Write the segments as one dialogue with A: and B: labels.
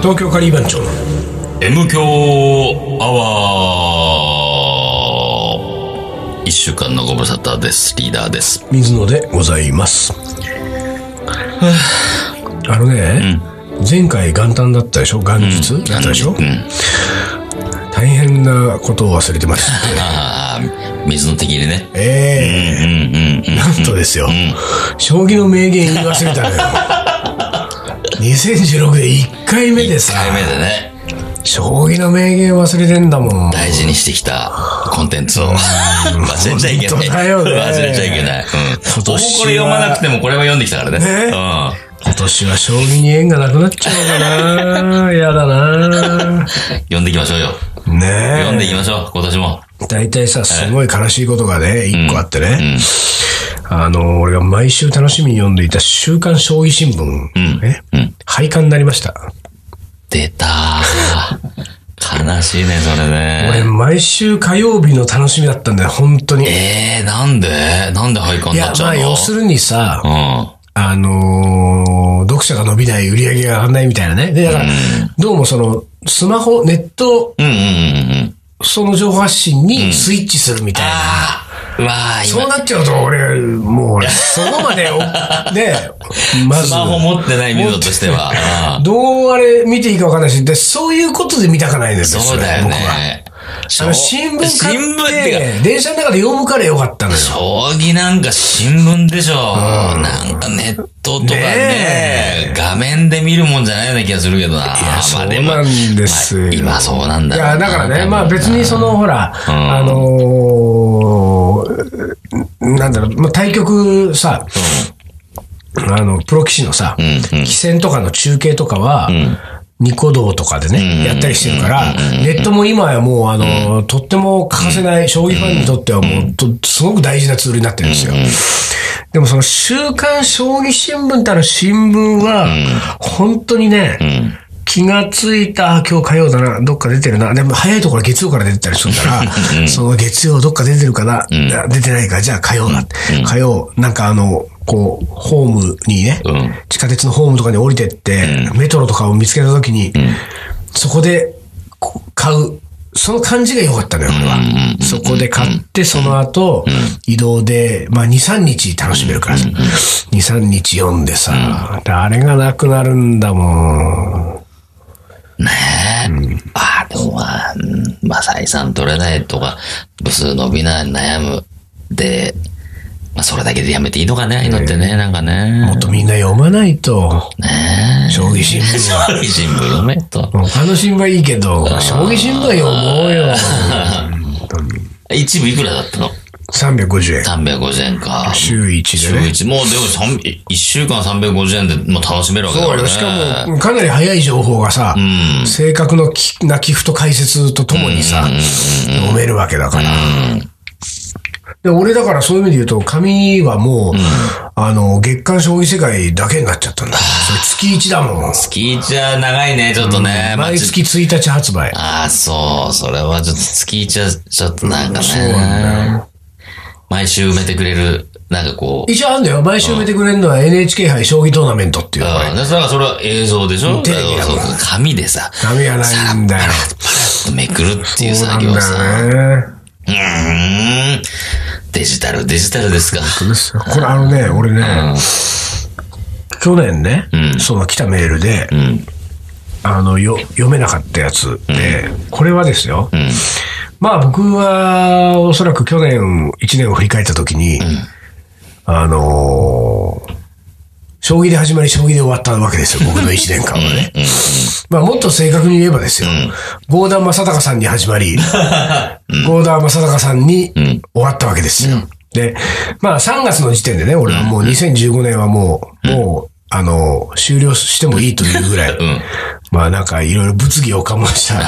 A: 東京カリー番長の
B: M 強アワー一週間のご無沙汰です。リーダーです。
A: 水野でございますあのね、前回元旦だったでしょ元日だったでしょ、
B: うん。
A: 大変なことを忘れてまして
B: ああ、水の敵でね。
A: え
B: うんうんうん。
A: えなんとですよ、将棋の名言言い忘れたのよ2016で1回目でさ
B: 1回目でね、
A: 将棋の名言忘れてんだもん
B: 大事にしてきたコンテンツを忘れちゃいけ
A: 本
B: ない。
A: 当だよね
B: 忘れちゃいけない。うん。
A: 今年は
B: もうこれ読まなくてもこれは読んできたからね。
A: ね
B: う。
A: 今年は将棋に縁がなくなっちゃうかなやだなん
B: 読んでいきましょうよ。
A: ねえ
B: 読んでいきましょう、今年も。
A: 大体さ、すごい悲しいことがね、一個あってね。あの、俺が毎週楽しみに読んでいた週刊将棋新聞、ね
B: うん。
A: 廃刊になりました。
B: 出たー。悲しいね、それね。
A: 俺、毎週火曜日の楽しみだったんだよ、本当に。い
B: ええー、なんでなんで廃刊にな
A: や
B: っ、ち
A: ま
B: ゃう
A: あ、
B: の
A: 要するにさ
B: う、ん。
A: あのー読者が伸びない、売り上げが上がらないみたいなね。で、だから、どうもその、スマホ、ネット、
B: うんうんうんうん。
A: その情報発信にスイッチするみたいな。
B: ああ、うわあ、
A: そう
B: 今、
A: なっちゃうと、俺、もう俺、そこ まで、おね、まず。
B: スマホ持ってない水野としては。うん
A: どうあれ見ていいか分かんないし、で、そういうことで見たくないんですよ。
B: そうだよ
A: れ僕は
B: ね。
A: あの、新聞買って、
B: 新聞ってか、
A: 電車の中で読むからよかったのよ。
B: 将棋なんか新聞でしょ。なんかネットとか
A: ね
B: ね、画面で見るもんじゃないような気がするけどな。まあでも
A: そうなんですよ
B: まあ今そうなんだ
A: い
B: ろうな
A: や、だから
B: 多
A: ね、
B: 分
A: まあ別にその、ほら、
B: うん
A: あのーなんだろう、まあ対局さ、あの、プロ棋士のさ、
B: うんうん
A: 棋戦とかの中継とかは、ニコ動とかでね、やったりしてるから、ネットも今やもう、あの、とっても欠かせない、将棋ファンにとってはもう、とすごく大事なツールになってるんですよ。でもその、週刊将棋新聞ってある新聞は、本当にね、気がついた、あ今日火曜だな、どっか出てるな。でも早いところは月曜から出てたりするから、その月曜どっか出てるかな、あ出てないか、じゃあ火曜だ。火曜、なんかあの、こう、ホームにね、
B: うん
A: 地下鉄のホームとかに降りてって、メトロとかを見つけたときに、そこでこ買う。その感じが良かったのよ、俺は。そこで買って、その後、移動で、まあ、2、3日楽しめるからさ。2、3日読んでさ、であれがなくなるんだもん。
B: ねえ。ああ、でもまあ、うんまあ、採算取れないとか、部数伸びない、悩む。で、まあ、それだけでやめていいのかね、ああいうのってね、なんか
A: も
B: ね
A: っ。とみんな読まないと。
B: ねえ。
A: 将棋新聞は。
B: 将棋新聞読めと。
A: 他の新聞はいいけど、将棋新聞は読もうよ。
B: 一部いくらだったの
A: 350円。
B: ?350 円か。
A: 週1
B: 週
A: でね。
B: 一もうでも三一週間350円でもう楽しめるわけだ
A: そ
B: か
A: うよ。
B: らね。
A: しかも、かなり早い情報がさ、正確のきな寄付と解説とともにさ、読めるわけだから。で俺だからそういう意味で言うと、紙はもう、あの、月刊将棋世界だけになっちゃったんだ。それ月1だもん。
B: 月一は長いね、ちょっとね。まあ
A: 毎
B: ちょ
A: 月1日発売。
B: ああ、そう、それはちょっと月一はちょっとなんかね。
A: そうなん
B: 毎週埋めてくれる、なんかこう。
A: 一応あるんだよ。毎週埋めてくれるのは NHK 杯将棋トーナメントっていうのがね。
B: うん、だからそれは映像でしょ
A: テレビだから
B: そうそう紙でさ、
A: 紙がないんだよ。
B: パラッとめくるっていう
A: そうな
B: 作
A: ん
B: 業さ。
A: だよね。
B: うーん。デジタル、デジタルですか。
A: これあのね、俺ね、去年ね、その来たメールで、あのよ、読めなかったやつで、これはですよ、まあ僕はおそらく去年1年を振り返った時に、あのー将棋で始まり、将棋で終わったわけですよ、僕の1年間はね。まあ、もっと正確に言えばですよ。郷田正孝さんに始まり、郷田正孝さんに終わったわけですよ。で、まあ、3月の時点でね、俺はもう2015年はもう、もう、あの、終了してもいいというぐらい、まあ、なんか、いろいろ物議を醸した、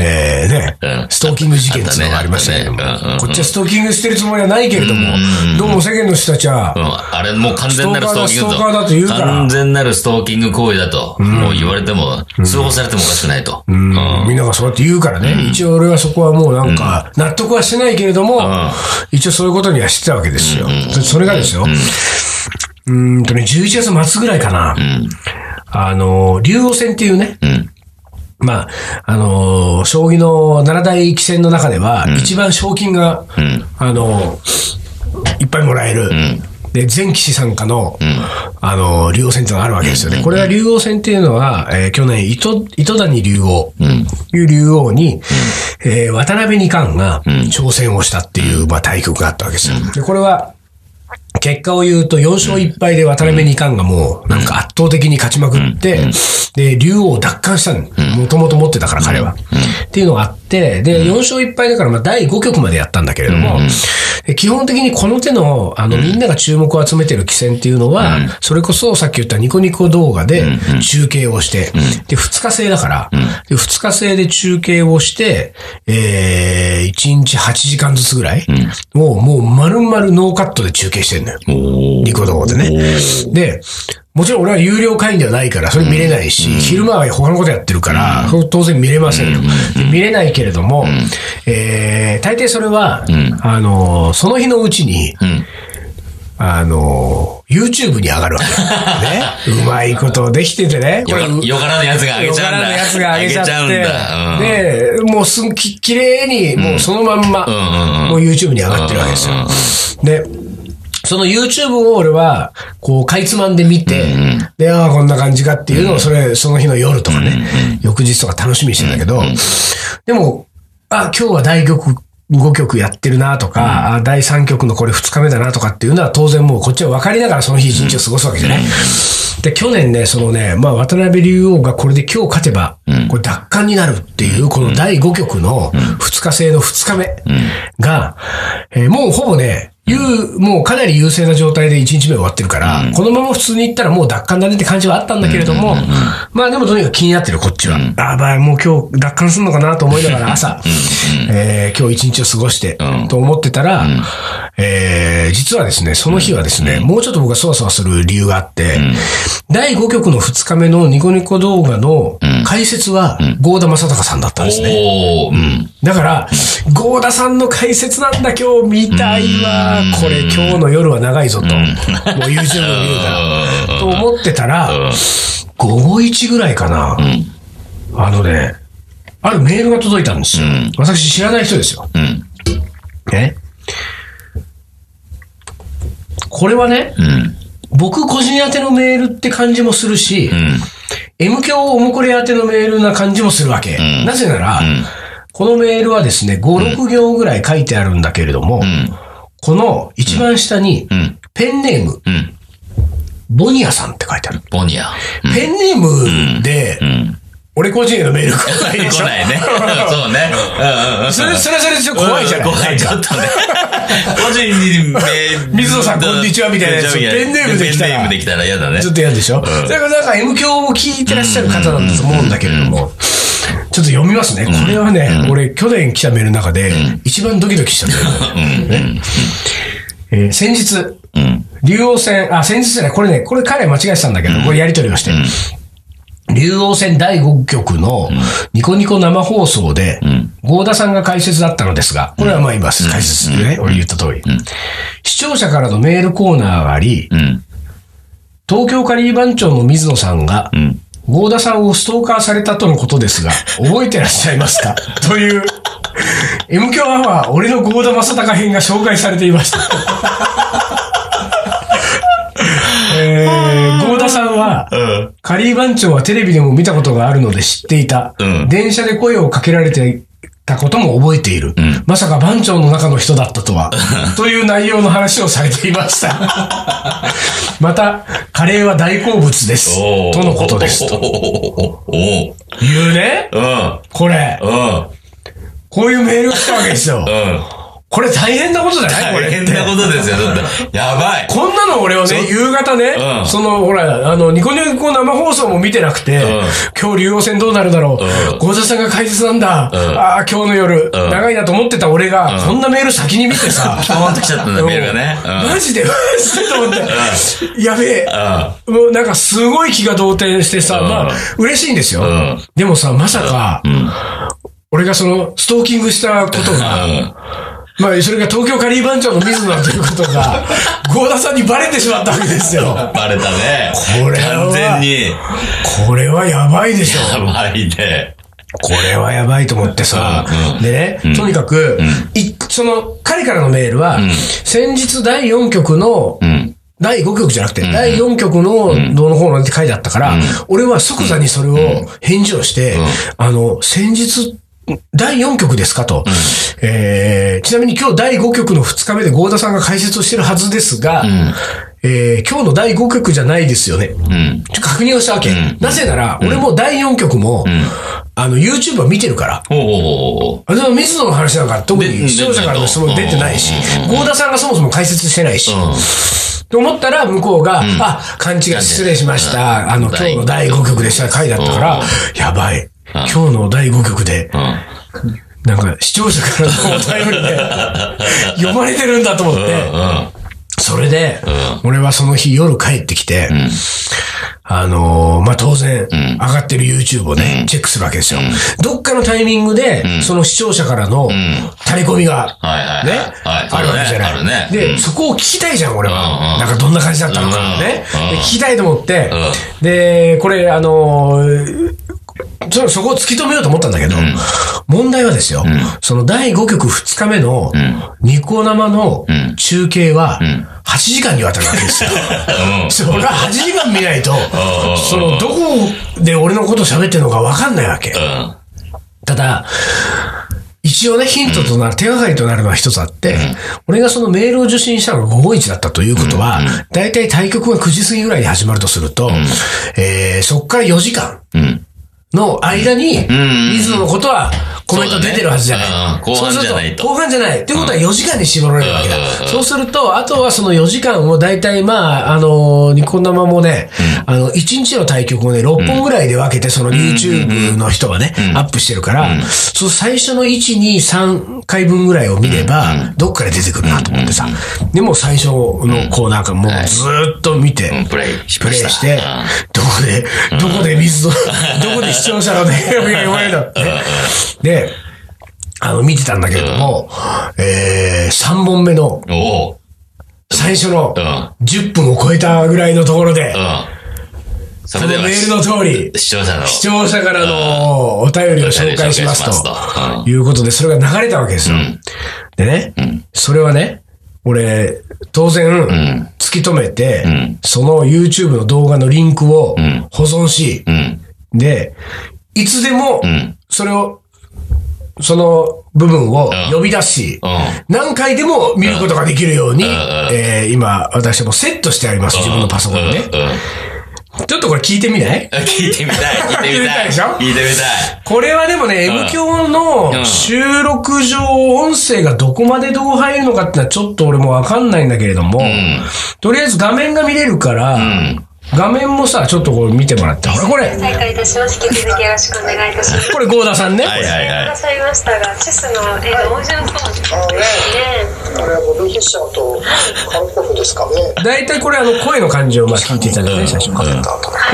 A: えーね
B: うん、
A: ストーキング事件っていうのがありましたけども、
B: あったねあったねうんうんうん
A: こっちはストーキングしてるつもりはないけれども、どうも世間の人たちは
B: う、ん、あれもう完全なるストーキ
A: ス
B: ング
A: トーカーだストーカーだと言うから
B: 完全なるストーキング行為だと、もう言われても、通報されてもおかしくないと。うん。
A: みんながそうやって言うからね、一応俺はそこはもうなんか、納得はしてないけれども、一応そういうことにはしてたわけですよ。でそれがですよ、うーんとね、11月末ぐらいかな、あの、竜王戦っていうね、
B: うん。
A: まあ、あのー将棋の七大棋戦の中では、一番賞金が、
B: ん
A: あのーいっぱいもらえる。で、全棋士参加の、あのー竜王戦ってのがあるわけですよね。これは竜王戦っていうのは、えー去年、糸、糸谷竜王、いう竜王に、えー渡辺二冠が挑戦をしたっていう、まあ、対局があったわけですよ。で、これは、結果を言うと4勝1敗で渡辺二冠がもうなんか圧倒的に勝ちまくって、で、竜王を奪還したの。もともと持ってたから彼は。っていうのがあって、で、4勝1敗だからまあ第5局までやったんだけれども、で基本的にこの手の、あの、みんなが注目を集めてる棋戦っていうのは、それこそさっき言ったニコニコ動画で中継をして、で、2日制だから、で、2日制で中継をして、えー、1日8時間ずつぐらい、をもう丸々ノーカットで中継してるのよ。
B: おー
A: ニコ動画でね。で、もちろん俺は有料会員ではないから、それ見れないし、昼間は他のことやってるから、それ当然見れませんよ。で見れないけれども、えー大抵それは、あのー、その日のうちに、あのー、YouTube に上がるわけ。 ね。うまいことできててね。こ
B: よ
A: れ
B: がよからぬやつがあげちゃうんだ。
A: のやつが上げちゃって、
B: あげちゃうんだ。
A: で、もうすんき、綺麗に、もうそのまんま、
B: んうんうん
A: もう YouTube に上がってるわけですよ。で、その YouTube を俺は、こう、かいつまんで見て、で、ああ、こんな感じかっていうのを、それ、その日の夜とかね、翌日とか楽しみにしてんだけど、でも、あ、今日は第5局、5曲やってるなとか、あ第3局のこれ2日目だなとかっていうのは当然もうこっちは分かりながらその日一日を過ごすわけじゃない。で、去年ね、そのね、まあ渡辺竜王がこれで今日勝てば、これ奪還になるっていう、この第5局の2日制の2日目が、えーもうほぼね、ゆうもうかなり優勢な状態で1日目終わってるから、このまま普通にいったらもう奪還だねって感じはあったんだけれども、まあでもとにかく気になってる、こっちは。ああ、ばい、もう今日奪還するのかなと思いながら朝、えー今日一日を過ごして、と思ってたら、えー実はですね、その日はですね、もうちょっと僕がそわそわする理由があって、第5局の2日目のニコニコ動画の解説は、郷田正隆さんだったんですね。
B: おー、うん。
A: だから、郷田さんの解説なんだ今日見たいわ。これ今日の夜は長いぞと。もう YouTube 見るから。と思ってたら、午後1ぐらいかな。あのね、あるメールが届いたんですよ。私知らない人ですよ。
B: うん。
A: ね。これはね、
B: うん。
A: 僕個人宛てのメールって感じもするし、
B: うん。
A: M 教おもこれ宛てのメールな感じもするわけ。なぜなら、このメールはですね、5、6行ぐらい書いてあるんだけれども、この一番下に、
B: ん
A: ペンネーム、
B: うん。
A: ボニアさんって書いてある。
B: ボニア。
A: ペンネームで、
B: うん。
A: 俺個人へのメール来ないで
B: 来
A: しょ
B: ないね。そうね。うんうんうん。
A: それ、それ、それ、ちょっと怖いじゃない、
B: うん怖い、ちょっとね。個人に、えー
A: 水野さんこんにちはみたいなやつ
B: こんにちは
A: ペンネームで来たら
B: ペンネームできたら嫌だね
A: ちょ。っと嫌でしょ、だからなんか M 教を聞いてらっしゃる方なんだと思うんだけれども、ちょっと読みますね。これはね、俺去年来たメールの中で、一番ドキドキしたメールだよね。えー先日、
B: うん。
A: 竜王戦、あ、先日じゃない、これね、これ彼間違えてたんだけど、これやりとりをして。竜王戦第5局のニコニコ生放送で、郷田さんが解説だったのですが、これはまあ今解説でね、俺言った通り。視聴者からのメールコーナーがあり、
B: うん。
A: 東京カリー番長の水野さんが、郷田さんをストーカーされたとのことですが、覚えてらっしゃいます かという、M 響アワー、俺の郷田正隆編が紹介されていま した。えー、郷田さんは、
B: うん。
A: カリー番長はテレビでも見たことがあるので知っていた。
B: うん
A: 電車で声をかけられてたことも覚えている。まさか番長の中の人だった とは。という内容の話をされていました。また、カレーは大好物です。
B: おー
A: とのことです。
B: おー
A: と
B: おーおー
A: いうね。
B: おー
A: これ、
B: うん。うん。
A: こういうメールが来たわけですよ。
B: うん。
A: これ大変なことじゃないこれ
B: 大
A: って
B: 変なことですよ、ちょっと。やばい。
A: こんなの俺はね、夕方ね、
B: うん
A: その、ほら、あの、ニコニコ生放送も見てなくて、今日竜王戦どうなるだろ
B: うん
A: う、郷、田さんが解説なんだ、
B: ん
A: ああ、今日の夜、長いなと思ってた俺が、こんなメール先に見て さ、
B: ポーンと来ちゃったんだ、メールがね。
A: マジで、マジでと思って、やべえ。もうなんかすごい気が動転してさ、
B: うん
A: まあ、嬉しいんですよ。
B: ん
A: でもさ、まさか、俺がその、ストーキングしたことが、
B: うん。うん。
A: まあ、それが東京カリー番長の水野だということが、郷田さんにバレてしまったわけですよ。
B: バレたね。
A: これは
B: 完全に。
A: これはやばいでしょ。
B: やばいね。
A: これはやばいと思ってさ、でね、とにかく、いその、彼からのメールは、先日第4局の、第5局じゃなくて、第4局のどうの方なんて書いてあったから、俺は即座にそれを返事をして、あの、先日、第4局ですかと、えーちなみに今日第5局の2日目で合田さんが解説をしてるはずですが、えー今日の第5局じゃないですよね。
B: うん。
A: ちょっと確認をしたわけ。なぜなら、俺も第4局も、あの、YouTube は見てるから、
B: おうおうおうおう
A: あでも水野の話なんか特に視聴者からの質問出てないし、合田さんがそもそも解説してないし、と思ったら向こうが、あ、勘違い失礼しました。あの、今日の第5局でした回だったから、やばい。今日の第5局で、
B: うん。
A: なんか視聴者からのお便りで 読まれてるんだと思って、それで、俺はその日夜帰ってきて、あのーまあ、当然、上がってる YouTube をね、チェックするわけですよ。どっかのタイミングで、その視聴者からの、垂れ込みが、
B: はいはいはい。
A: ね、
B: はい、
A: あるわけじゃない。
B: あるね。
A: で、
B: うん
A: そこを聞きたいじゃん、俺
B: うんう
A: は。
B: ん
A: なんかどんな感じだったのかね。
B: うんうん
A: で聞きたいと思って
B: う、
A: で、これ、あのーそ、そこを突き止めようと思ったんだけど、問題はですよ、その第5局2日目のニコ生の
B: ん
A: 中継は
B: ん、
A: 8時間にわたるわけですよ。
B: う ん
A: それは8時間見ないと、その、どこで俺のこと喋ってるのかわかんないわけ。
B: うん。
A: ただ、一応ね、ヒントとなる、手がかりとなるのは一つあって、俺がそのメールを受信したのが午後1だったということは、だいたい対局が9時過ぎぐらいに始まるとすると、えーそっから4時間
B: うん。
A: の間に、
B: ん
A: 水野のことはコメント出てるはずじゃ
B: そうだ
A: ない
B: ね。うん後半じゃない
A: そうす
B: と
A: る後半じゃない。ということは4時間に絞られるわけだ
B: うん。
A: そうすると、あとはその4時間をだいたいまあ、あの、ニコ生もね、あの、1日の対局をね、6本ぐらいで分けて、その YouTube の人がね、アップしてるから、その最初の1、2、3回分ぐらいを見れば、どっから出てくるなと思ってさ。でもう最初のコーナーからもうずーっと見て、
B: プレイし
A: プ
B: ま
A: レイ
B: した。
A: して
B: う
A: どこで、
B: ん、
A: どこで水の、 どこで視聴者の電話が読まれたのねで、あの、見てたんだけれども、えー、3本目の
B: おお。
A: 最初の
B: うん
A: 10分を超えたぐらいのところで
B: う、ん。そ
A: この
B: れでは
A: メールの通り、
B: 視聴者の。
A: 視聴者からのお便りを紹介します
B: お便りを紹介します
A: と、
B: と
A: いうことで、それが流れたわけですよ。でね、それはね、俺、当然、突き止めて、その YouTube の動画のリンクを保存し、
B: うん。
A: で、いつでも
B: ん、
A: それを、その部分を呼び出し、
B: うん。
A: 何回でも見ることができるように、
B: ん
A: えー今、私もセットしてあります、自分のパソコンにね。
B: うんうん。
A: ちょっとこれ聞いてみない
B: 聞いてみたい。聞いてみたい。
A: 聞いてみたいでしょ
B: 聞いてみたい。
A: これはでもね、M 響の収録上音声がどこまでどう入るのかってのはちょっと俺もわかんないんだけれども、とりあえず画面が見れるから、画面もさ、ちょっとこれ見てもらって。ほらこれ、
C: 再開いたします。引き続きよろしくお願いいたします。
A: これゴーダさんね。
B: はいはいはい
C: いらっ。しゃいましたが、チェスの、えー、音順と、
D: あのね、
C: ね、
D: あれはボビー・フィッシャーと韓国ですかね。
A: 大体これあの声の感じをまあ聞いていただいてね、最初にこ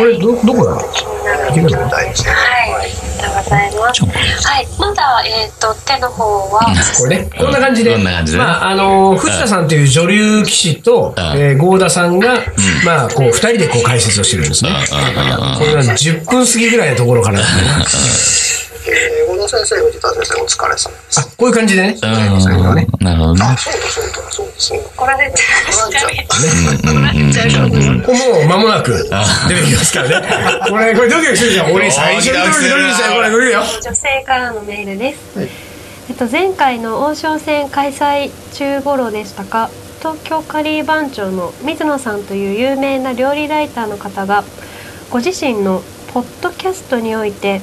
A: れど、どこなの
C: 気になるところですね。はい、ありがとうございます。はい、まだ、えっ、と、手の方は、
A: これね、こんな感じで。
B: こんな感じでね
A: まあ、あのー、藤田さんという女流棋士と、えー、合田さんが、まあ、こう、二人でこう解説をしてるんですね。これは10分過ぎぐらいのところから、あ、
D: えー、小野先生、藤田先生、お疲れ様です。
A: こういう感じでね。
B: うん。なるほどね。
D: あ、そうだそうだ、そうですね。
C: 怒られちゃいますかね。怒られちゃいますね。
A: これもう間もなく出てきますからね。これ、これドキドキするじゃん。俺最初にドキドキしたよ。これ来るよ。
C: 女性からのメールです、えっと、前回の王将戦開催中頃でしたか東京カリー番長の水野さんという有名な料理ライターの方がご自身のポッドキャストにおいて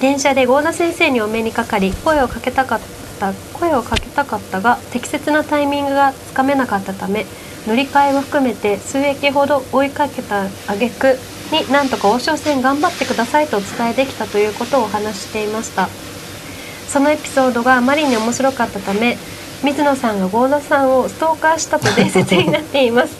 C: 電車で郷田先生にお目にかかり声をかけたかった声をかけたかったが適切なタイミングがつかめなかったため乗り換えも含めて数駅ほど追いかけた挙句になんとか王将戦頑張ってくださいとお伝えできたということをお話ししていましたそのエピソードがあまりに面白かったため水野さんが郷田さんをストーカーしたと伝説になっています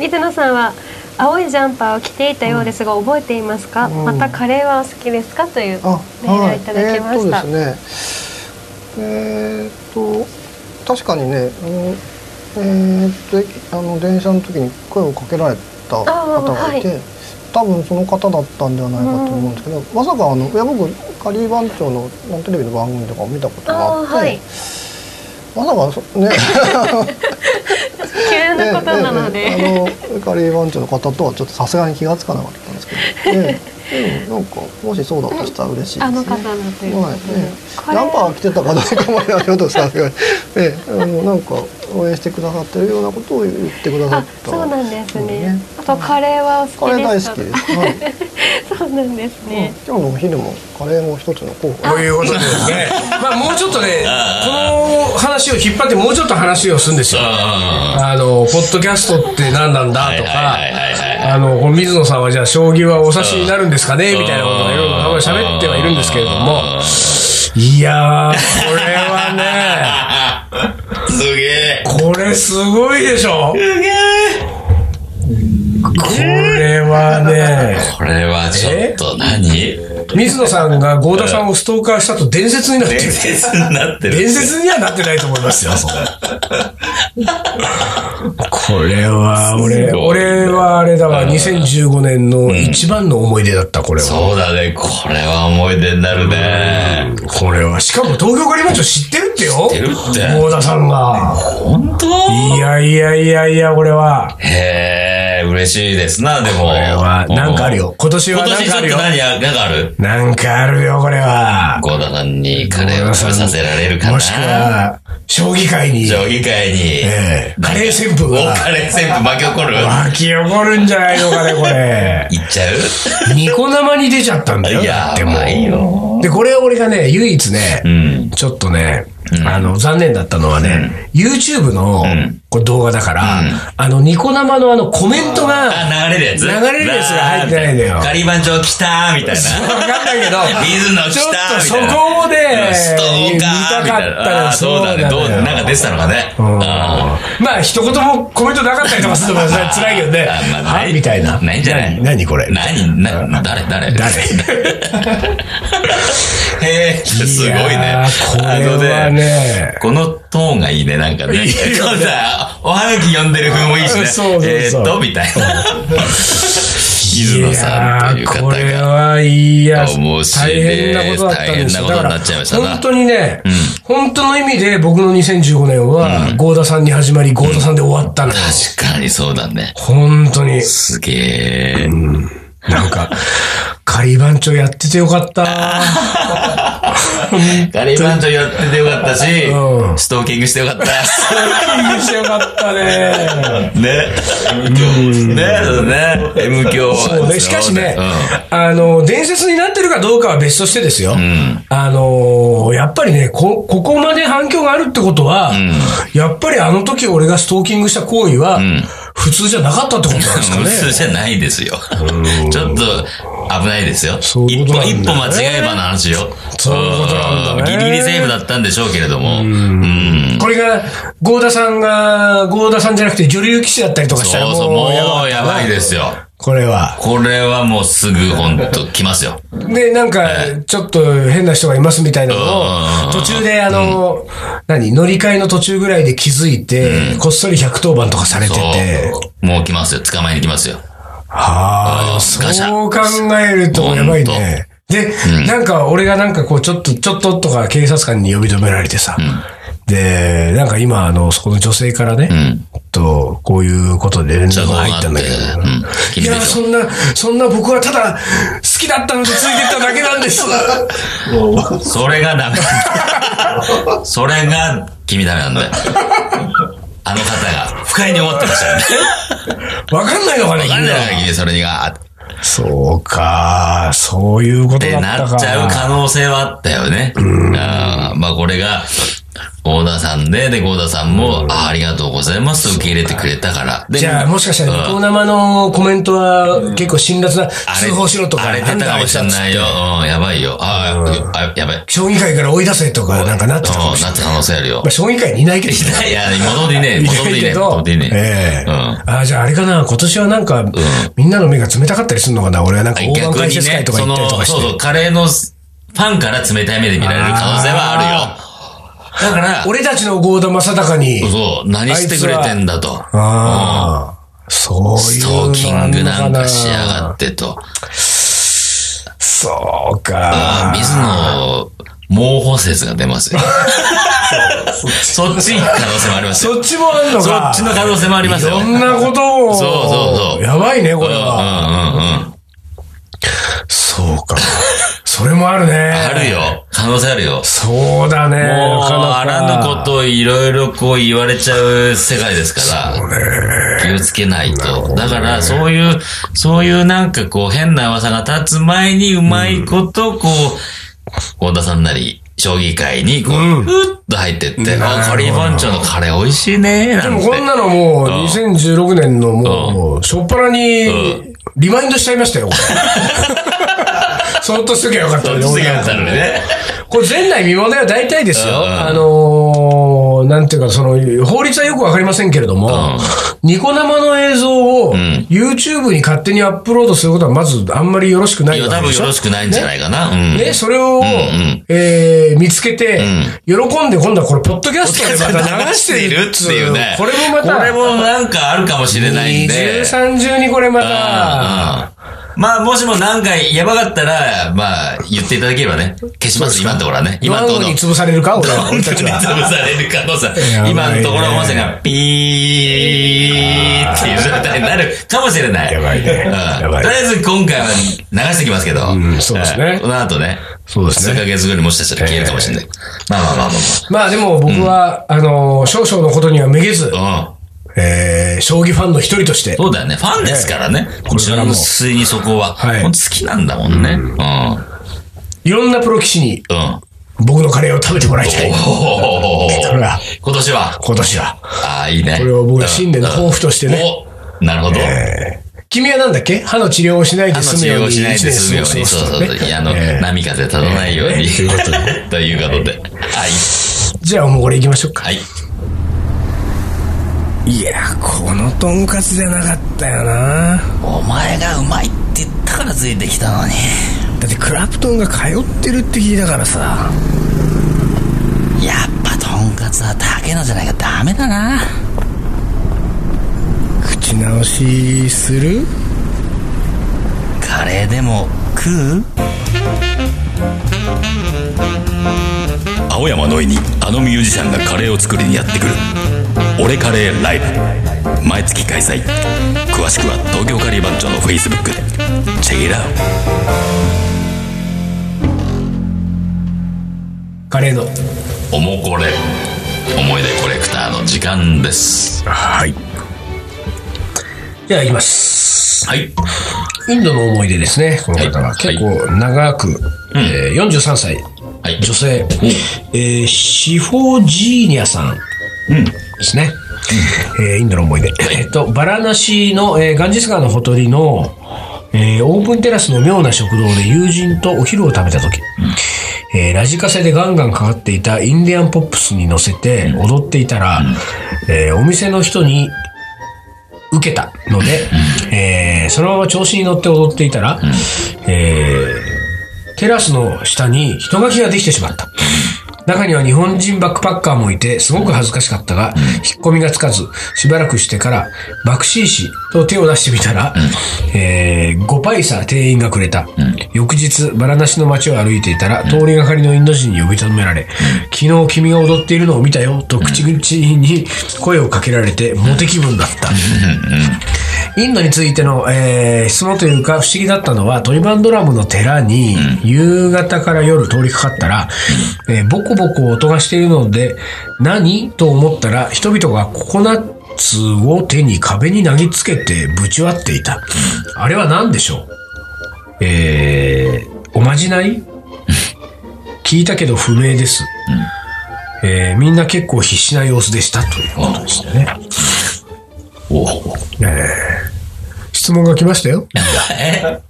C: 水野さんは青いジャンパーを着ていたようですが覚えていますか、またカレーはお好きですかというメールをいただきました、
D: えー、とですね、えー、っと、確かにね、あのえー、っと、駅あの電車の時に声をかけられた方がいて、
C: あーはい
D: で、多分その方だったんではないかと思うんですけど、まさかあのいや僕カリー番長のなんテレビの番組とかを見たことがあ
C: あ
D: っ
C: あ
D: て
C: はい
D: まさかそね
C: 急なことなので、
D: ええええあのカリー番長の方とはちょっとさすがに気が付かなかったんですけど、ええでもなんかもしそうだとしたら嬉しいですね。
C: あの方だというこ
D: はい
C: とで、
D: え
C: こ
D: え、
C: れ
D: ランパー着てたかどうかまではちょっとさすがに、ええ、あのなんか応援してくださってるようなことを言ってくださ
C: あ
D: った
C: そうなんですね
D: ね
C: あとカレーはお好
D: カ
C: き
D: レー大
C: です
D: 好
C: か
D: きです、はい
C: そうなんですね、
D: 今日のお昼もカレーも一つの候補
A: ということでですね。まあもうちょっとね、この話を引っ張ってもうちょっと話をするんですよ。あの、ポッドキャストって何なんだと
B: はいはいはいはい
A: か、あの、この水野さんはじゃあ将棋はお指しになるんですかねみたいなことをいろいろ喋ってはいるんですけれども、いやー、これはね、
B: すげえ。
A: これすごいでしょ
B: すげえ。
A: これはね、
B: これはちょっと何
A: 水野さんが合田さんをストーカーしたと伝説になってる。
B: 伝説になってる。
A: 伝説にはなってないと思います よ、そんなこれは、俺、
B: すごい
A: 俺はあれだわ、2015年の一番の思い出だった、これは。
B: そうだね。これは思い出になるね。
A: これは、しかも東京カリーマンチョ知ってるってよ。知
B: ってるって
A: 大田さんが。
B: 本当
A: いやいやいやいや、これは。
B: へえ、嬉しいですな、でも。
A: これは、なんかあるよ。今年
B: 今
A: はなん
B: 年ち
A: か
B: ょ
A: あ
B: っ
A: る
B: と
A: よ。
B: 何あなんかある
A: なんかあるよ、これは。
B: ゴーダさんにカレーを食べさせられるかな。
A: もしくは、将棋界に、
B: 将棋界に。
A: ええカレー旋風
B: お
A: が
B: カレー全部巻き起こる。
A: 湧き起こるんじゃないのかね、これ。
B: いっちゃう
A: ニコ生に出ちゃったんだよ。だ
B: や
A: って
B: ばい
A: も
B: よ。
A: う。で、これ俺がね、唯一ね、
B: うん。
A: ちょっとね、あの、残念だったのはね、YouTube の
B: ん
A: これ動画だから、あの、ニコ生のあのコメントが、
B: あ、流れるやつ
A: 流れるやつが入ってないんだよ
B: ガリバン長来たーみたい
A: わ
B: な。
A: かんないけど、
B: 水野来
A: ちょったと
B: ーみ
A: そ
B: たいな。
A: こをね、
B: ストー
A: 見
B: カー
A: た
B: み
A: か
B: た
A: った
B: いな。あ
A: ら
B: ーそうだね。どう、なんか出てたのかね。
A: うん
B: あ
A: まあ、一言もコメントなかったりとかするのもね辛いけどね。
B: あまあ
A: は
B: ない
A: いみたいな。
B: ないんじゃない
A: 何何これ
B: ー何、な、誰、誰
A: 誰
B: へえ、すごいね。
A: やーこ
B: あの
A: れはね。
B: このトーンがいいね、なんかね。
A: いいよね
B: こうさおはがき読んでる風もいいしね。
A: そうそうそう
B: えーっと、みたいな。水野さんという
A: い
B: 方
A: やーこれ
B: が。
A: はいや
B: 面白い
A: 大変なことだったんですよ
B: 大変なことになっちゃいましたな
A: だから本当にね、本当の意味で僕の2015年は、合田さんに始まり、合田さんで終わったのよ。
B: 確かにそうだね。
A: 本当に。
B: すげえ。
A: なんか、仮番長やっててよか った。
B: ガリバンチョやっててよかったし
A: う、ん
B: ストーキングしてよかっ た。
A: してよかったね。
B: ね。M 響。ね、そうね。M 響。
A: そうね、しかしね、あの、伝説になってるかどうかは別としてですよ。
B: ん
A: あのー、やっぱりねこ、ここまで反響があるってことは、やっぱりあの時俺がストーキングした行為は、普通じゃなかったってことなんですか
B: うん。
A: ね。
B: 普通じゃないですよ。ちょっと危ないですよ。一
A: そういうこと
B: 歩、
A: なんだね
B: 一歩間違えばの話よ。
A: そういうことなんだね
B: うんギリギリセーフだったんでしょうけれども。うん。
A: これが、合田さんが、合田さんじゃなくて女流棋士だったりとかしたら
B: そ
A: も
B: う
A: う、
B: そう、もう
A: や
B: や
A: ば
B: ば
A: い
B: いですよ。
A: これは。
B: これはもうすぐほんと来ますよ。
A: で、なんか、ちょっと変な人がいますみたいなの
B: う
A: を、
B: ん
A: 途中で、あの、何、乗り換えの途中ぐらいで気づいて、こっそり110番とかされて
B: そ
A: て、
B: う。もう来ますよ。捕まえに来ますよ。
A: はあ、
B: ガシャ
A: そう考えるとやばいね。で、なんか俺がなんかこう、ちょっと、ちょっととか警察官に呼び止められてさ、で、なんか今、あの、そこの女性からね、と、こういうことで連絡が入ったんだけど、
B: 情報があってうん
A: いや、そんな、そんな僕はただ、好きだったのでついてっただけなん です。
B: それがダメ。それが君ダメなんだよ。あの方が不快に思ってましたよね。
A: わかんないのかね、
B: わかん
A: 君
B: ない
A: は
B: から君それにが。
A: そうか、そういうこ
B: っ
A: とだ
B: て
A: った
B: な
A: か。
B: っちゃう可能性はあったよね。あーまあこれが、ゴーダさんで、で、ゴーダさんも、あーありがとうございます、受け入れてくれたから。で
A: じゃあ、もしかしたら、ニコ生のコメントは結構辛辣な、通報しろとか、
B: あれ出たかもしれないよ。うん、やばいよ。あー、あやばい。うん、
A: 将棋界から追い出せとか、なんかなってたかもしれない。
B: なった可能性あるよ
A: まあ、。将棋界にいないけど。
B: いや、戻っ てねえ、
A: い
B: 戻っ
A: な
B: て
A: い
B: ね
A: け
B: え、戻
A: ど
B: っ、てね
A: ええ
B: うん
A: あじゃああれかな、今年はなんか、みんなの目が冷たかったりするのかな、俺はなんか、大盤
B: 逆
A: 解
B: に
A: 説会
B: ね、
A: とか
B: そ
A: 行っ
B: の
A: たりと、かして。
B: そうそう、カレーのファンから冷たい目で見られる可能性はあるよ。だから、
A: 俺たちの郷田正隆に、
B: そう、何してくれてんだと。
A: ああ、そういう
B: ス
A: の
B: トーキングなん
A: あるの
B: かしやがってと。
A: そう
B: あ
A: か。
B: あ、水野、猛補説が出ますよ。そっち行く可能性もありますよ。
A: そっちもあるのか。
B: そっちの可能性もありますよ。
A: そんなことも。
B: そうそうそう
A: やばいね、これ
B: うん
A: は。
B: うんうんうん。
A: そうか。それもあるね。
B: ある。よ。可能性あるよ。
A: そうだね。
B: もう、
A: なかなか
B: あらぬことをいろいろこう言われちゃう世界ですから、気をつけないと。だから、そういう、そういうなんかこう変な噂が立つ前にうまいこと、こう、本田さんなり、将棋界にこう、
A: うん
B: ふっと入ってって、
A: なるほ
B: あ、
A: ど
B: カリー番長のカレー美味しいね、な
A: で
B: ん
A: も
B: て。
A: こんなのもう、
B: ん
A: 2016年のもう、しょっぱなに、リマインドしちゃいましたよ、これそっとしときゃよかった
B: そ
A: の
B: っ
A: に
B: ちがあったのにね。
A: これ前代未聞だよ、大体です
B: うん
A: よ。
B: うん
A: あのー、なんていうか、その、法律はよくわかりませんけれども、ニコ生の映像を
B: ん
A: YouTube に勝手にアップロードすることはまずあんまりよろしくないい
B: や、
A: わ
B: 多
A: けで
B: 分
A: し
B: よ
A: ょ
B: ろしくないんじゃないかな。うん。
A: ね、 それを、
B: ん
A: えー見つけて、喜んで今度はこれ、ポッドキャストでまた流している
B: っ
A: ってて
B: い
A: いうう
B: ね
A: ね。。これもまた、
B: これもなんかあるかもしれないんで。
A: 二重三重にこれまた、
B: うんまあ、もしもなんかやばかったら、まあ、言っていただければね。消します、今のところはね。
A: ド
B: 今のとこ
A: ア
B: ろ。
A: に潰されるか、俺は、俺たちは。
B: 潰される可能性
A: やばい。ね
B: 今のところ音声がピーっていう状態になるかもしれない。
A: やばいね
B: うん
A: やばい
B: とりあえず今回は流してきますけど。
A: んそうですね
B: んこの後ね。
A: そうですね
B: 数ヶ月後にもしかしたら消えるかもしれない。まあまあまあま
A: まあでも僕は、あの、少々のことにはめげず、
B: あまあ。うん。
A: えー将棋ファンの一人として、
B: そうだよね。ファンですからね。
A: これからも
B: 純粋にそこは。
A: はい
B: 本当好きなんだもんね。うん。
A: いろんなプロ棋士に
B: うん。
A: 僕のカレーを食べてもらいたい。
B: おお
A: ほら
B: 今年は。
A: 今年は。
B: ああ、いいね。
A: これは僕は新年の抱負としてね
B: うん。おなるほど。
A: えー君はなんだっけ歯の治療をしない
B: 歯
A: で
B: の
A: 済
B: 治
A: むよ
B: 療
A: う
B: を
A: に。
B: しないで済むように。
A: 一年
B: そう
A: 過
B: そ
A: ごす
B: うそう。
A: とね
B: いやあの、
A: えー
B: 波風立たないように。という ことで。はい。
A: じゃあもうこれ行きましょうか。
B: はい。
A: いや、このトンカツじゃなかったよな。
B: お前がうまいって言ったからついてきたのに。
A: だってクラプトンが通ってるって聞いたからさ。
B: やっぱとんかつは竹野じゃないかダメだな。
A: 口直しする
B: カレーでも食う
E: 青山のいにあのミュージシャンがカレーを作りにやってくる「俺カレーライブ」毎月開催詳しくは東京カリー番長のフェイスブックでチェイラー
A: カレーの。
B: おもこれ思い出コレクターの時間です
A: はい。じゃあ行きます。
B: はい
A: インドの思い出ですね、この方は。
B: はい
A: 結構長く、えー43歳、
B: はい
A: 女性、えーシフォジーニャさんですね。えーインドの思い出。えっと、バラナシの、えーガンジス川のほとりの、えーオープンテラスの妙な食堂で友人とお昼を食べた時、えーラジカセでガンガンかかっていたインディアンポップスに乗せて踊っていたら、えーお店の人に受けたので、えーそのまま調子に乗って踊っていたら、えーテラスの下に人垣ができてしまった。中には日本人バックパッカーもいて、すごく恥ずかしかったが、引っ込みがつかず、しばらくしてから、バクシー氏と手を出してみたら、えー5パイサ店員がくれた。翌日、バラナシの街を歩いていたら、通りがかりのインド人に呼び止められ、昨日君が踊っているのを見たよ、と口々に声をかけられて、モテ気分だった。インドについての、えー質問というか不思議だったのはトリバンドラムの寺に夕方から夜通りかかったら、えーボコボコ音がしているので何と思ったら人々がココナッツを手に壁に投げつけてぶち割っていた。あれは何でしょうえーおまじ ない聞いたけど不明です。えーみんな結構必死な様子でしたということでしたね。
B: おお
A: 質問が来ましたよ。
B: え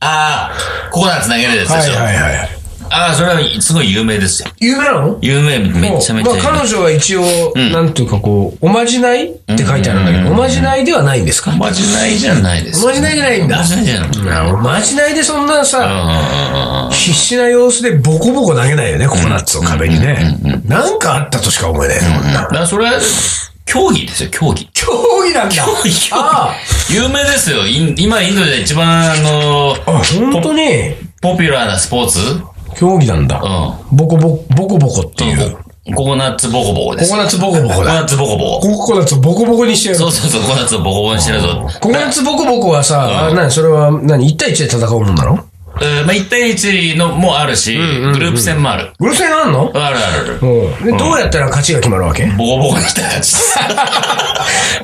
B: ああココナッツ投げるやつでしょ、
A: はいはい。
B: ああそれはすごい有名ですよ
A: 有名なの
B: 有名めちゃめちゃ有名、
A: まあ、彼女は一応、なんていうかこう、おまじないって書いてあるんだけど、おまじないではないんですか
B: おまじないじゃないです
A: おまじないじゃないんだ
B: おまじないじゃない
A: おまじないでそんなさ、必死な様子でボコボコ投げないよね、ココナッツを壁にね。なんかあったとしか思えないよこんな
B: だからそれは兄競技ですよ、競技。
A: 競技なんだ
B: 競技、競
A: あ
B: 技。有名ですよ。イン今、インドで一番、あの
A: あ、本当に
B: ポピュラーなスポーツう
A: 競技なんだ。
B: ん。
A: ボコボコ、ボコボコっていう。コ
B: コココナッツボコボコです。
A: コナッツボコボコ
B: ココナ
A: だ。
B: ッツボコボコ。
A: ココナッツボコボコにしてやる
B: そう。そうそう、ココナッツをボコボコにしてるぞ。
A: ココナッツボコボコはさ、あ何それは何 ?1 対1で戦うもんなの
B: えーまあ、1対1のもあるし、グループ戦もある。
A: うるせえなんの
B: あるあるある。
A: うん。で、どうやったら勝ちが決まるわけ
B: ボコボコにした感じです。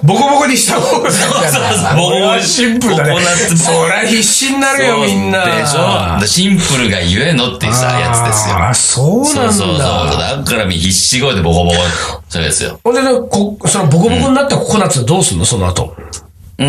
A: ボコボコにした方が
B: そうボコボコに
A: シンプルだ
B: ココナッ
A: ね。
B: ツボコ
A: そりゃ必死になるよ、みんな。
B: でしょでシンプルがゆえのっていうさ、やつですよ。
A: あー、そうなん
B: そう
A: だ。
B: そうそう。だから必死声でボコボコ。それですよ。
A: ほんでね、こ、そのボコボコになったココナッツはどうすんのその後。
B: うー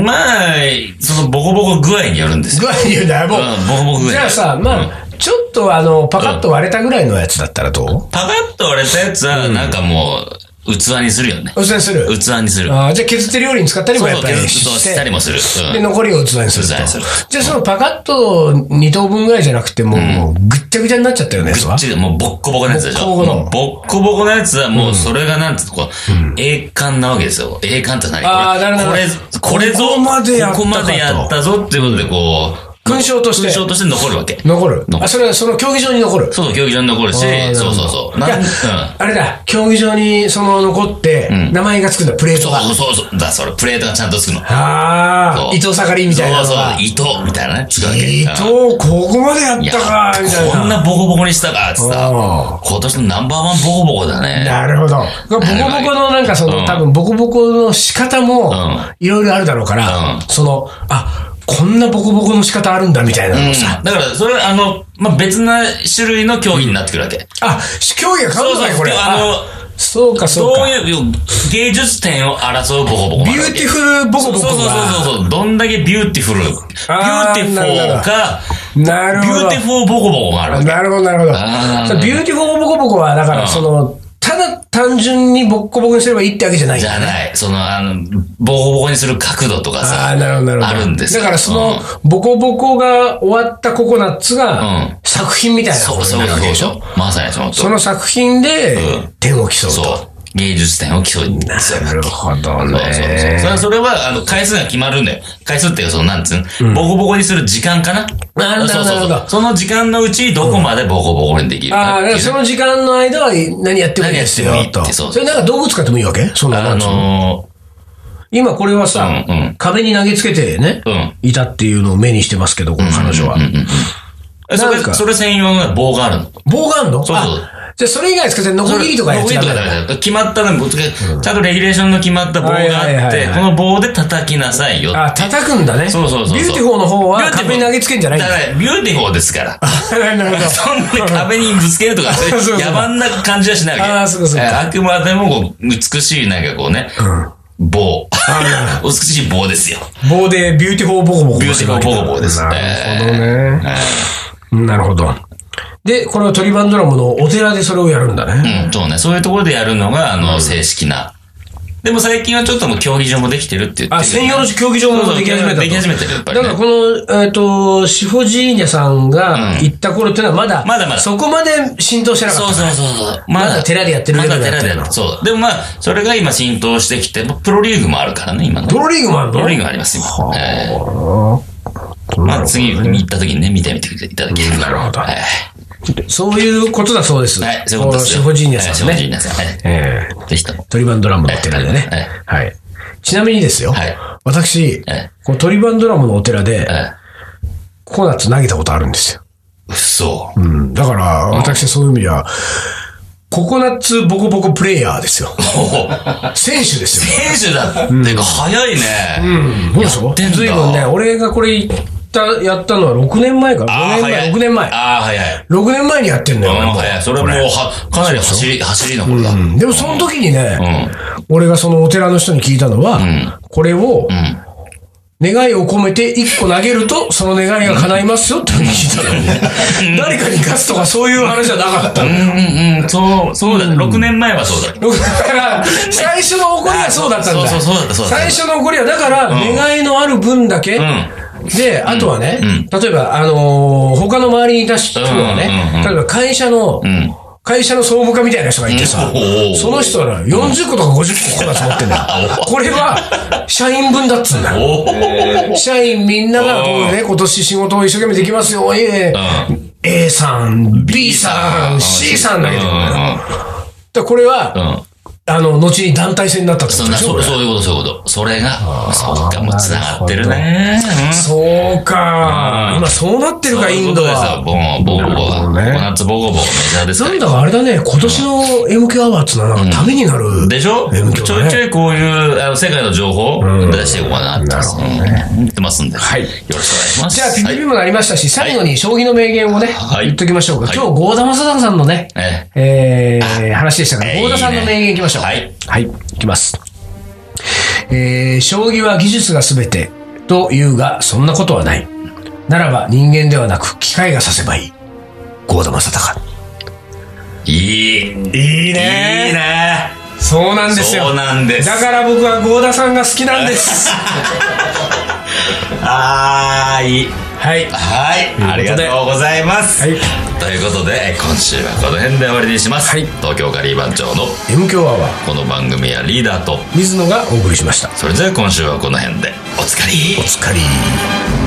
B: ん、まあ、そのボコボコ具合によるんです
A: 具
B: よ。
A: 合言うんだよ、も
B: うんボコボコ
A: う。
B: 具合
A: じゃあさ、まあ、ちょっとあの、パカッと割れたぐらいのやつだったらどう
B: パカッと割れたやつは、なんかもう、器にするよね。
A: うつにする。
B: 器にする。
A: あーじゃあ削って料理に使ったりも
B: そう
A: や
B: そ
A: っ
B: う、
A: ぱり
B: 削
A: し
B: ってしたりもする。うん
A: で、残りを器にすると
B: 器にする。
A: じゃあそのパカッと2等分ぐらいじゃなくて、もう、もうぐっちゃぐちゃになっちゃったよね、やつは。
B: 違う、もうボッコボコのやつでしょ。
A: ボッコボコの
B: もうボッコボコのやつはもうそれがなんつうの、こう、栄冠なわけですよ。栄冠って何
A: あーなるほど
B: これ、これぞ、
A: ここまでやったかと
B: ここまでやったぞっていうことで、こう、
A: 勲章として
B: 勲章として残るわけ。
A: 残る。
B: 残る
A: あ、それはその競技場に残る。
B: そうそう、競技場に残るし
A: あー、
B: そうそうそう。
A: な
B: な
A: る
B: ん
A: ほど
B: う
A: い
B: ん。
A: やあれだ、競技場にその残って、
B: ん
A: 名前がつくんだ、プレートが。
B: そうそうそう。だ、それ、プレートがちゃんとつくの。
A: あ
B: そ
A: あ、
B: う
A: 伊藤盛りみたいなの
B: そう
A: が。
B: そう、伊藤みたいなね。つくわけ。
A: 伊藤、
B: うん
A: ここまでやっ
B: いや
A: たか、みたいな。
B: こんなボコボコにしたか、つってさ
A: あ。
B: 今年のナンバーワンボコボコだね。
A: なるほど。ボコボコのなんかその、
B: うん
A: 多分ボコボコの仕方も
B: ん、
A: いろいろあるだろうから、
B: うん
A: その、あ、こんなボコボコの仕方あるんだみたいなのさ。
B: うんだから、それ、あの、まあ、別な種類の競技になってくるわけ。
A: あ、競技が変わるのかいこれ。
B: あ
A: あ
B: の、
A: そうか、そう
B: そ
A: か
B: う。いう芸術点を争うボコボコ
A: ビ
B: もあるわ
A: ュ
B: け
A: ーティフルボコボ
B: そう
A: コ
B: そうそう
A: が。
B: そうそう。どんだけビューティフル。ビュ
A: あー
B: ーティフ
A: なるほ
B: ォ
A: ど
B: ーか、
A: なる
B: ビ
A: ほ
B: ュー
A: ど
B: ティ。フォーボコボコもあるわけ。
A: なるほど、なるほ
B: あ
A: ど。
B: ー
A: ビューティフルボコボコは、だから、
B: うん
A: その、ただ単純にボッコボコにすればいいってわけじゃないん
B: じ
A: だ
B: ゃ
A: ね。
B: ない。その、あの、ボコボコにする角度とか
A: あ
B: さ。
A: あ、なるほど、なるほど。
B: あるんですよ
A: だから、その
B: うん、
A: ボコボコが終わったココナッツ
B: う
A: が
B: ん、
A: 作品みたいな
B: そ
A: こ
B: う、
A: と
B: そ
A: に
B: う
A: なるわ
B: そう
A: け
B: で
A: で
B: し
A: し
B: ょ
A: ょ。
B: まさにその通り
A: その作品で
B: うん、
A: 点を競うと。
B: そう。芸術点を競いにするわけ。
A: ほど
B: そうそうそう。それは、それは、あの、回数が決まるんだよ。回数っていうか、その、なんつうの、ボコボコにする時間かな
A: なるほど
B: そうそ
A: な
B: う
A: る
B: そ
A: ほ
B: う
A: ど。
B: その時間のうち、どこまでボコボコにできる
A: あ
B: か
A: あ、
B: っ
A: だか
B: てい
A: ら
B: う。
A: その時間の間は何やってもいいですよ
B: 何やってもいいっ、てそ
A: と。
B: う
A: それなんか道具使ってもいいわけそんな
B: あ
A: なんつうの
B: の
A: 今これはさ、
B: うんうん
A: 壁に投げつけてね、
B: うん
A: いたっていうのを目にしてますけど、この彼女は。
B: ー、そ
A: なんか
B: れ、それ専用の棒があるの。
A: 棒があんの
B: そうそう
A: あじゃあそれ以外ですかノコギリとかやっ
B: ノコ
A: ち
B: ギ
A: ゃ
B: リ
A: ダ
B: と
A: メ
B: か
A: なん
B: ダメ
A: だ
B: だよ決まったの、ちゃんとレギュレーションの決まった棒が
A: はいはい
B: あっ
A: はい
B: て
A: は、い
B: この棒で叩きなさいよ。
A: あ、叩くんだね。
B: そうそうそうそう
A: ビューティフォーの方は壁に投げつけんじゃないん
B: だ
A: だ。
B: から、ビューティフォーですから。
A: なるほど。
B: そんな壁にぶつけるとか、そういう
A: そうそう
B: 野蛮な感じはしないわけ。
A: あーそうかそうか
B: えーあくまでもこう、美しい、なんかこうね、棒。美しい棒ですよ。
A: 棒でビューティフォーボコボコ
B: ビューティフォーボコボコですね
A: なるほどね。なるほど。で、これはトリバンドラムのお寺でそれをやるんだね。
B: うん、そうね。そういうところでやるのが、あの、正式な。でも最近はちょっともう競技場もできてるって言ってる
A: あ、専用の競技場
B: そう
A: も
B: そう
A: でき始めたと
B: でき始めてる、やっぱ
A: だ
B: りね、
A: からこの、えっ、と、シフォジーニャさんが
B: うん
A: 行った頃っていうのはまだ、
B: まだまだ
A: そこまで浸透してなかった
B: そう
A: ね。
B: そうそうそう。
A: まだ寺でやってるレ
B: ま
A: ベ
B: だ
A: ルだったよ
B: 寺でやってる。そう。でもまあ、それが今浸透してきて、プロリーグもあるからね、今ね。
A: プロリーグもあるの
B: プロリーグあります、今。ええまあ、次に行った時にね、見てみていただければ。
A: なるほど
B: はい。
A: そういうことだそうです。
B: はい、そういうことですよ。
A: このシフォジーニャさん
B: はいシフォジー
A: ね。
B: ニャさん。はい
A: ええ
B: ぜひとも。
A: トリバンドラムのお寺でね。はい。ちなみにですよ。
B: はい
A: 私
B: え、
A: このトリバンドラムのお寺で、
B: え
A: ココナッツ投げたことあるんですよ。
B: え嘘。
A: うん。だから、私そういう意味では、ココナッツボコボコプレイヤーです よ。選手ですよ。
B: 選手だってか、早いね。
A: うん。どうでしょ
B: やってんだ
A: 随分ね、俺がこれ行った、やったのは6年前かな。5年前、6年前。
B: ああ、早い。
A: 6年前にやってんのよ
B: うん、
A: 俺も。
B: 早い。それもう、は、かなり走り、走りのことだ。う
A: うん
B: ん。
A: でもその時にね、俺がそのお寺の人に聞いたのは、これを、願いを込めて一個投げると、その願いが叶いますよっていうのを聞いたのね。 誰かに勝つとかそういう話じゃなかったの。
B: うん、うん、そう、そうだね。6年前はそうだ。
A: だから、最初の怒りはそうだったんだ。
B: そうそうそうだったそうだっ
A: 最
B: た
A: 初の怒りは、だから、願いのある分だけ、
B: ん
A: で、あとはね、例えば、あのー他の周りにいた人はね、
B: うんうんう
A: 例
B: ん
A: えば会社の、
B: ん
A: 会社の総務課みたいな人がいてさ
B: うんお、ー
A: その人はな40個とか50個ココナツ持ってんだよ。これは、社員分だっつうんだよ。
B: おー
A: 社員みんながこうね、今年仕事を一生懸命できますよ、え
B: う
A: A さん、B
B: う
A: さ
B: ん
A: ん、C さんだけど、
B: う
A: だか
B: ん
A: らこれは、
B: うん。
A: あの、後に団体戦になったってこ
B: そ
A: と
B: んな、
A: でしょ
B: そ
A: こ
B: う
A: れ
B: そういうこと、そういうこと。それが、そうか、もう繋がってるね。うん
A: そうか
B: う。ん
A: 今そうなってるか、
B: そういう
A: イ
B: こ
A: ン
B: と
A: ド
B: ですよ
A: は。
B: ボーボーボーが。
A: なるほどね
B: ココナッツボーボーボーメジャーですか
A: なん
B: ら
A: だかあれだね、今年の MQ アワーってのはなんかためになる。
B: でしょ、
A: 勉強
B: ち
A: だ
B: ょ
A: ね
B: いちょいこういうあの世界の情報を出していこうかなって、
A: なるほど
B: うん言ってますんで、はい、よろしくお願いします。
A: じゃあ、ピッ
B: は
A: ピ
B: い
A: ピもなりましたし、最後に将棋の名言をね、
B: はい
A: 言っときましょうか。
B: はい
A: 今日、郷田正孝さんのね、
B: え
A: えー、話でしたから、
B: えー
A: 郷田さんの名言いきましょう。
B: いいね
A: はい。いきます。えー、将棋は技術が全てというが、そんなことはない。ならば人間ではなく機械が指せばいい。郷田正孝。
B: いい。いいね。
A: いい
B: いいね。
A: そうなんですよ。
B: そうなんです。
A: だから僕は郷田さんが好きなんです。
B: あー、いい。
A: はい。
B: はい。あ
A: と
B: り
A: いうこと
B: が
A: で
B: とうございます。
A: はい
B: ということで、今週はこの辺で終わりにします。
A: はい
B: 東京カリー番長の
A: M 強アワー、
B: この番組はリーダーと、
A: 水野がお送りしました。
B: それでは今週はこの辺で、おつかり
A: お疲れ。